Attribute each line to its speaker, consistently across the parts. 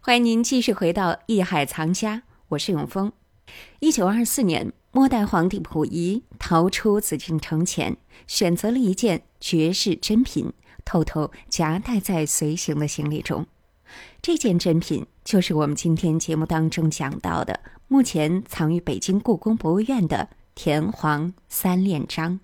Speaker 1: 欢迎您继续回到《艺海藏家》，我是永峰。一九二四年，末代皇帝溥仪逃出紫禁城前，选择了一件绝世珍品，偷偷夹带在随行的行李中。这件珍品就是我们今天节目当中讲到的，目前藏于北京故宫博物院的田黄三链章。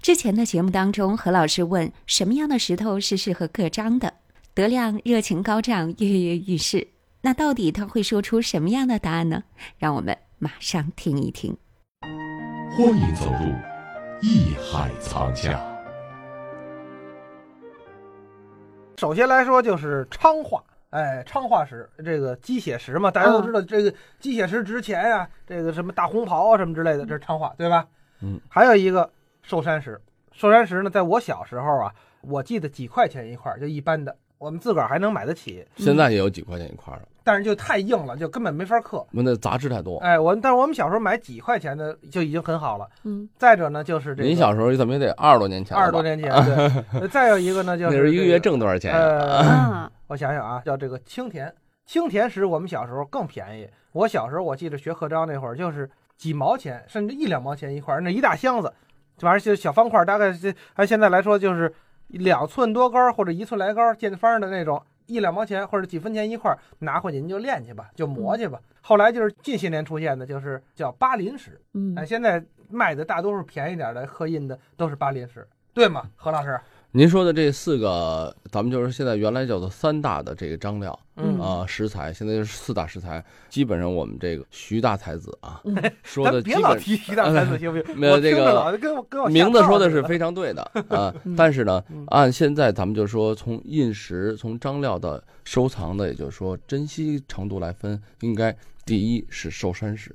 Speaker 1: 之前的节目当中，何老师问什么样的石头是适合刻章的，德亮热情高涨，跃跃欲试。那到底他会说出什么样的答案呢？让我们马上听一听。
Speaker 2: 欢迎走入艺海藏家。
Speaker 3: 首先来说就是昌化，哎，昌化石这个鸡血石嘛，大家
Speaker 4: 嗯
Speaker 3: 都知道这个鸡血石值钱呀、这个什么大红袍啊什么之类的，这是昌化，对吧？
Speaker 2: 嗯，
Speaker 3: 还有一个寿山石，寿山石呢，在我小时候啊，我记得几块钱一块儿，就一般的，我们自个儿还能买得起，
Speaker 4: 现在也有几块钱一块儿了，
Speaker 3: 但是就太硬了，就根本没法刻。
Speaker 4: 那那杂质太多。
Speaker 3: 哎，我但是我们小时候买几块钱的就已经很好了。
Speaker 1: 嗯，
Speaker 3: 再者呢，就是这个
Speaker 4: 您小时候怎么也得二十多年前了吧
Speaker 3: 二十多年前，对。 呃再有一个呢，就
Speaker 4: 那
Speaker 3: 是、
Speaker 4: 时候一个月挣多少钱呀？
Speaker 3: 呃，
Speaker 1: 啊，
Speaker 3: 我想想啊，叫这个青田，青田石我们小时候更便宜。我小时候我记得学刻章那会儿，就是几毛钱，甚至一两毛钱一块儿，那一大箱子，这玩意儿就小方块儿，大概这按现在来说就是两寸多高儿或者一寸来高儿见方儿的那种，一两毛钱或者几分钱一块儿，拿回去您就练去吧，就
Speaker 1: 嗯
Speaker 3: 磨去吧。后来就是近些年出现的，就是叫巴林石，
Speaker 1: 嗯
Speaker 3: 哎，现在卖的大多数便宜点儿的刻印的都是巴林石，对吗？何老师？
Speaker 4: 您说的这四个，咱们就是现在原来叫做三大的这个张料
Speaker 1: 嗯
Speaker 4: 啊、食材，现在就是四大食材。基本上我们这个徐大才子啊
Speaker 1: 嗯，
Speaker 4: 说
Speaker 3: 咱
Speaker 4: 的基
Speaker 3: 别老
Speaker 4: 本
Speaker 3: 提徐大才子行 不行？
Speaker 4: 没有
Speaker 3: 我听
Speaker 4: 这
Speaker 3: 着
Speaker 4: 个
Speaker 3: 老跟我跟我吓
Speaker 4: 名字
Speaker 3: 到
Speaker 4: 说的
Speaker 3: 似
Speaker 4: 是非 常对的啊
Speaker 1: 嗯，
Speaker 4: 但是呢
Speaker 3: 嗯，
Speaker 4: 按现在咱们就说从印石、从张料的收藏的，也就是说珍惜程度来分，应该第一是寿山石，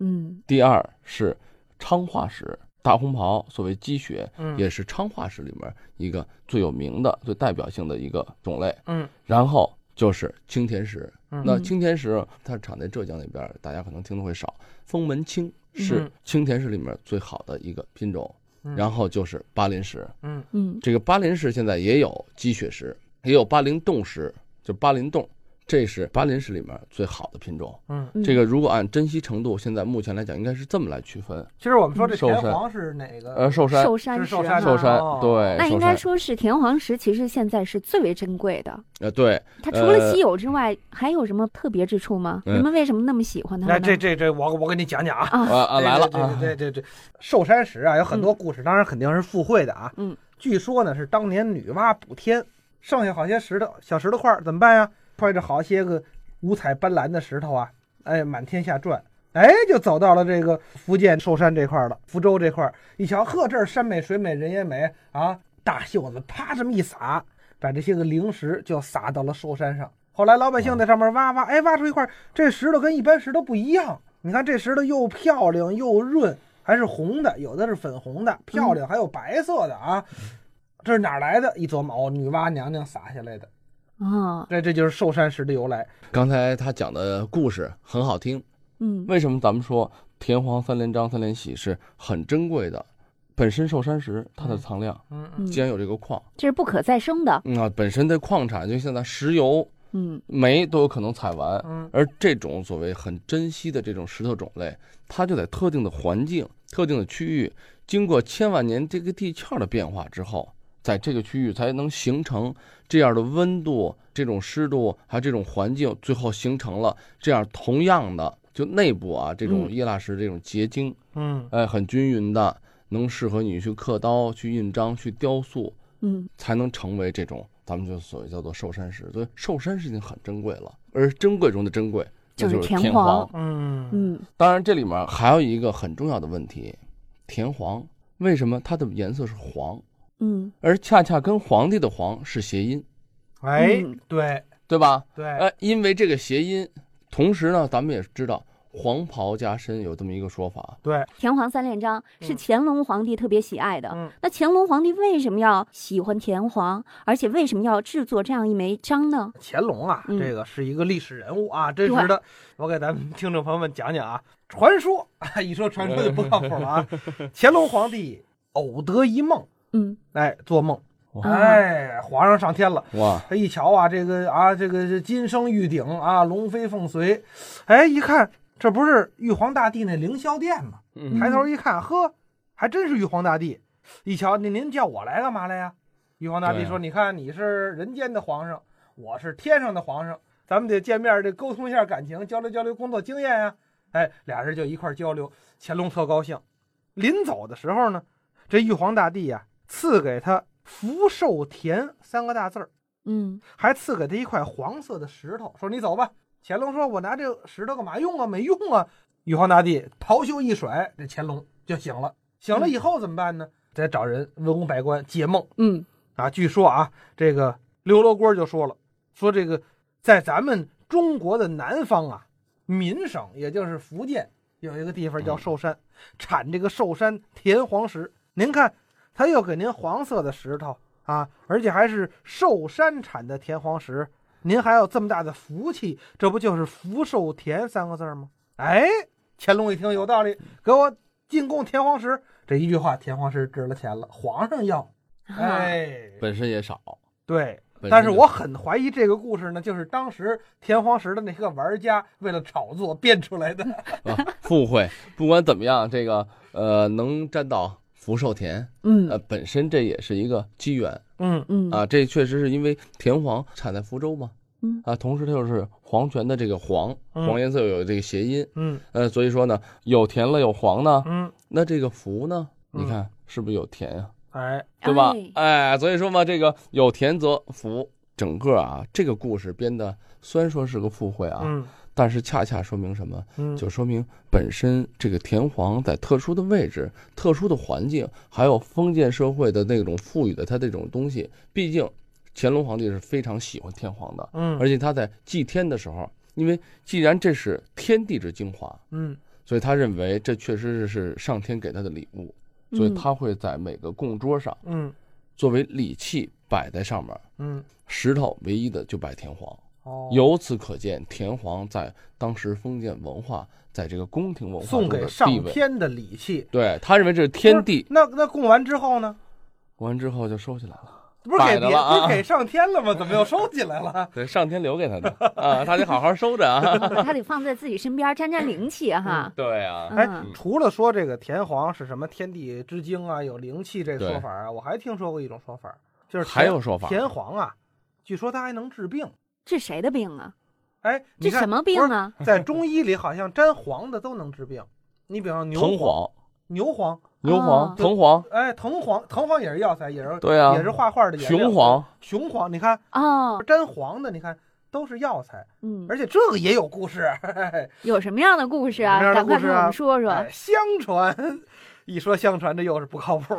Speaker 1: 嗯
Speaker 4: 第二是昌化石。大红袍所谓鸡血，
Speaker 3: 嗯
Speaker 4: 也是昌化石里面一个最有名的、最代表性的一个种类。
Speaker 3: 嗯，
Speaker 4: 然后就是青田石。
Speaker 3: 嗯
Speaker 4: 那青田石它产在浙江那边，大家可能听的会少。风门青是
Speaker 3: 嗯
Speaker 4: 青田石里面最好的一个品种。
Speaker 3: 嗯
Speaker 4: 然后就是巴林石，
Speaker 3: 嗯
Speaker 1: 嗯
Speaker 4: 这个巴林石现在也有鸡血石，也有巴林洞石，就巴林洞，这是巴林石里面最好的品种。
Speaker 3: 嗯，
Speaker 1: 嗯
Speaker 4: 这个如果按珍稀程度，现在目前来讲应该是这么来区分。
Speaker 3: 其实我们说这
Speaker 4: 寿
Speaker 3: 田
Speaker 4: 山
Speaker 3: 黄是哪个？
Speaker 4: 呃，寿山，
Speaker 5: 寿山
Speaker 3: 是
Speaker 5: 石
Speaker 3: 寿山
Speaker 5: 哈
Speaker 3: 石
Speaker 4: 寿山
Speaker 3: 哦，
Speaker 4: 对，
Speaker 5: 那
Speaker 4: 寿
Speaker 5: 应该
Speaker 4: 山，
Speaker 5: 说是田黄石，其实现在是最为珍贵的。
Speaker 4: 呃，对，
Speaker 5: 它除了
Speaker 4: 呃
Speaker 5: 稀有之外，还有什么特别之处吗？
Speaker 4: 嗯
Speaker 5: 你们为什么那么喜欢它
Speaker 3: 那
Speaker 5: 呢？
Speaker 3: 这这这，我我给你讲讲啊，
Speaker 4: 啊啊来了嗯
Speaker 3: 对
Speaker 4: 啊，
Speaker 3: 对对对对，对寿山石啊，有很多故事，当然肯定是附会的啊。
Speaker 5: 嗯，
Speaker 3: 据说呢是当年女娲补天，剩下好些石头小石头块儿怎么办呀？揣着好些个五彩斑斓的石头啊，哎，满天下转。哎，就走到了这个福建寿山这块儿了，福州这块儿一瞧，呵，这儿山美水美人也美啊！大袖子啪这么一撒，把这些个灵石就撒到了寿山上。后来老百姓在上面挖挖，哎，挖出一块，这石头跟一般石头不一样。你看这石头又漂亮又润，还是红的，有的是粉红的，漂亮，还有白色的啊。这是哪儿来的？一琢磨，哦，女娲娘娘撒下来的。
Speaker 5: 啊，
Speaker 3: 这这就是寿山石的由来。
Speaker 4: 刚才他讲的故事很好听，
Speaker 5: 嗯
Speaker 4: 为什么咱们说田黄三连章、三连喜是很珍贵的？本身寿山石它的藏量，
Speaker 3: 嗯
Speaker 5: 嗯，
Speaker 4: 既然有这个矿，
Speaker 5: 这是不可再生的。
Speaker 4: 嗯啊，本身的矿产就现在石油、
Speaker 5: 嗯
Speaker 4: 煤都有可能采完，
Speaker 3: 嗯
Speaker 4: 而这种所谓很珍稀的这种石头种类，它就在特定的环境、特定的区域，经过千万年这个地壳的变化之后，在这个区域才能形成这样的温度、这种湿度，还有这种环境，最后形成了这样同样的就内部啊这种
Speaker 3: 嗯
Speaker 4: 叶蜡石这种结晶，
Speaker 3: 嗯
Speaker 4: 哎，很均匀的，能适合你去刻刀、去印章、去雕塑，
Speaker 5: 嗯
Speaker 4: 才能成为这种咱们就所谓叫做寿山石。所以寿山石已经很珍贵了，而珍贵中的珍贵，那
Speaker 5: 就是
Speaker 4: 是
Speaker 5: 田
Speaker 4: 田
Speaker 5: 黄
Speaker 3: 嗯
Speaker 5: 嗯
Speaker 4: 当然，这里面还有一个很重要的问题，田黄为什么它的颜色是黄，
Speaker 5: 嗯
Speaker 4: 而恰恰跟皇帝的黄是谐音，
Speaker 3: 哎
Speaker 5: 嗯，
Speaker 3: 对
Speaker 4: 对吧？
Speaker 3: 对，
Speaker 4: 呃，因为这个谐音，同时呢，咱们也知道黄袍加身有这么一个说法，
Speaker 5: 田黄三连章是
Speaker 3: 嗯
Speaker 5: 乾隆皇帝特别喜爱的。
Speaker 3: 嗯
Speaker 5: 那乾隆皇帝为什么要喜欢田黄，而且为什么要制作这样一枚章呢？
Speaker 3: 乾隆啊，
Speaker 5: 嗯
Speaker 3: 这个是一个历史人物啊，真实的。我给咱们听众朋友们讲讲啊，传说 一说传说就不靠谱了啊。乾隆皇帝偶得一梦，
Speaker 5: 嗯
Speaker 3: 哎，做梦
Speaker 5: 啊
Speaker 3: 哎，皇上上天了。
Speaker 4: 哇，
Speaker 3: 他一瞧啊，这个啊，这个是金生玉鼎啊，龙飞凤随。哎，一看这不是玉皇大帝那凌霄殿吗？
Speaker 4: 嗯
Speaker 3: 抬头一看，呵，还真是玉皇大帝。一瞧，您您叫我来干嘛来呀？玉皇大帝
Speaker 4: 对啊
Speaker 3: 说：“你看，你是人间的皇上，我是天上的皇上，咱们得见面，得沟通一下感情，交流交流工作经验呀、哎，俩人就一块儿交流。乾隆特高兴。临走的时候呢，这玉皇大帝呀、赐给他“福寿田”三个大字儿，
Speaker 5: 嗯
Speaker 3: 还赐给他一块黄色的石头，说你走吧。乾隆说：“我拿这个石头干嘛用啊？没用啊！”玉皇大帝袍袖一甩，这乾隆就醒了。醒了以后怎么办呢？再找人文武百官解梦
Speaker 5: 嗯
Speaker 3: 啊。据说啊，这个刘罗锅就说了，说这个在咱们中国的南方啊，民省也就是福建有一个地方叫寿山，产这个寿山田黄石。您看，他又给您黄色的石头啊，而且还是寿山产的田黄石，您还有这么大的福气，这不就是福寿田三个字儿吗？哎，乾隆一听有道理，给我进贡田黄石。这一句话，田黄石值了钱了，皇上要。
Speaker 5: 啊
Speaker 3: 哎，
Speaker 4: 本身也少，
Speaker 3: 对，
Speaker 4: 本身
Speaker 3: 但是
Speaker 4: 就
Speaker 3: 我很怀疑这个故事呢，就是当时田黄石的那个玩家为了炒作编出来的。
Speaker 4: 啊，附会。不管怎么样，这个呃，能沾到福寿田，呃，
Speaker 5: 嗯
Speaker 4: 本身这也是一个机缘
Speaker 3: 嗯
Speaker 5: 嗯
Speaker 4: 啊。这确实是因为田黄产在福州嘛，
Speaker 5: 嗯
Speaker 4: 啊，同时它又是黄泉的这个黄，
Speaker 3: 嗯
Speaker 4: 黄颜色有这个谐音，
Speaker 3: 嗯
Speaker 4: 呃，所以说呢，有田了有黄呢，
Speaker 3: 嗯，
Speaker 4: 那这个福呢，
Speaker 3: 嗯
Speaker 4: 你看是不是有田呀、
Speaker 3: 哎，
Speaker 4: 对吧
Speaker 5: 哎？
Speaker 4: 哎，所以说嘛，这个有田则福。整个啊，这个故事编的虽然说是个附会啊，
Speaker 3: 嗯
Speaker 4: 但是恰恰说明什么？
Speaker 3: 嗯，
Speaker 4: 就说明本身这个田黄在特殊的位置、特殊的环境，还有封建社会的那种赋予的它这种东西，毕竟乾隆皇帝是非常喜欢天皇的，
Speaker 3: 嗯
Speaker 4: 而且他在祭天的时候，因为既然这是天地之精华，
Speaker 3: 嗯
Speaker 4: 所以他认为这确实是是上天给他的礼物，所以
Speaker 5: 嗯
Speaker 4: 他会在每个供桌上
Speaker 3: 嗯
Speaker 4: 作为礼器摆在上面，
Speaker 3: 嗯，
Speaker 4: 石头唯一的就摆田黄。
Speaker 3: 哦，
Speaker 4: 由此可见，田黄在当时封建文化，在这个宫廷文化
Speaker 3: 送
Speaker 4: 中的
Speaker 3: 给
Speaker 4: 地
Speaker 3: 上
Speaker 4: 位，
Speaker 3: 天的礼器。
Speaker 4: 对他认为这是天地
Speaker 3: 不是。那那供完之后呢？
Speaker 4: 完之后就收起来了，
Speaker 3: 不是给
Speaker 4: 摆着
Speaker 3: 别
Speaker 4: 了啊
Speaker 3: 不是给上天了吗？怎么又收起来 了？
Speaker 4: 对，上天留给他的啊，他得好好收着啊。
Speaker 5: 他得放在自己身边沾沾灵气哈。
Speaker 4: 对啊，
Speaker 3: 哎
Speaker 5: 嗯，
Speaker 3: 除了说这个田黄是什么天地之精啊，有灵气这个说法啊，我还听说过一种说法，就是田
Speaker 4: 还有说法
Speaker 3: 田黄啊，据说它还能治病。
Speaker 5: 这谁的病啊？
Speaker 3: 哎，
Speaker 5: 这
Speaker 3: 你看
Speaker 5: 什么病？啊？
Speaker 3: 不是在中医里好像沾黄的都能治病，你比方牛
Speaker 4: 藤、黄、
Speaker 3: 牛黄，
Speaker 4: 牛
Speaker 5: 哦
Speaker 4: 黄、藤黄，
Speaker 3: 哎，藤黄，藤黄也是药材，也是
Speaker 4: 对啊
Speaker 3: 也，是画画的原料
Speaker 4: 雄黄，
Speaker 3: 雄黄，你看
Speaker 5: 哦，
Speaker 3: 沾黄的，你看都是药材，
Speaker 5: 嗯，
Speaker 3: 而且这个也有故事。嘿嘿
Speaker 5: 有什么样的故事啊？
Speaker 3: 什么样的故
Speaker 5: 赶快
Speaker 3: 事
Speaker 5: 跟我
Speaker 3: 啊
Speaker 5: 们说说。
Speaker 3: 哎相传，一说相传，这又是不靠谱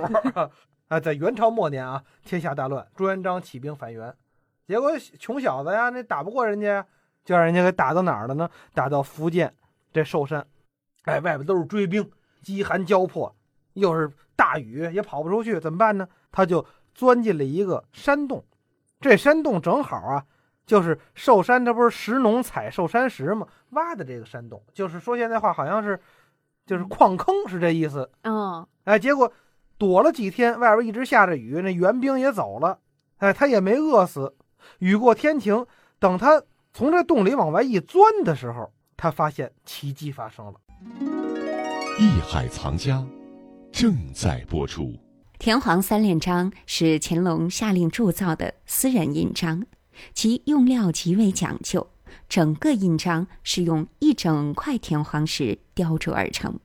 Speaker 3: 啊！ 在元朝末年啊，天下大乱，朱元璋起兵反元，结果穷小子呀，那打不过人家呀，就让人家给打到哪儿了呢？打到福建这寿山，哎，外边都是追兵，饥寒交迫，又是大雨，也跑不出去，怎么办呢？他就钻进了一个山洞，这山洞正好啊，就是寿山，这不是石农采寿山石吗？挖的这个山洞，就是说现在话好像是，就是矿坑是这意思。
Speaker 5: 嗯
Speaker 3: 哎，结果躲了几天，外边一直下着雨，那援兵也走了，哎，他也没饿死。雨过天晴，等他从这洞里往外一钻的时候，他发现奇迹发生了。
Speaker 2: 艺海藏家正在播出。
Speaker 1: 田黄三连章是乾隆下令铸造的私人印章，其用料极为讲究，整个印章是用一整块田黄石雕琢而成。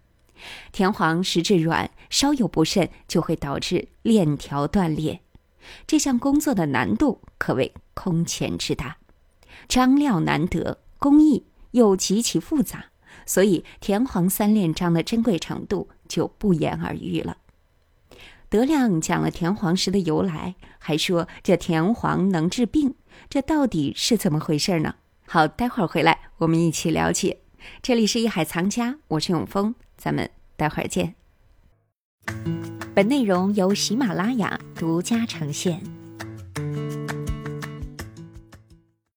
Speaker 1: 田黄石质软，稍有不慎就会导致链条断裂。这项工作的难度可谓空前之大，章料难得，工艺又极其复杂，所以田黄三连章的珍贵程度就不言而喻了。德亮讲了田黄石的由来，还说这田黄能治病，这到底是怎么回事呢？好，待会儿回来我们一起了解。这里是一海藏家，我是永峰，咱们待会儿见。本内容由喜马拉雅独家呈现。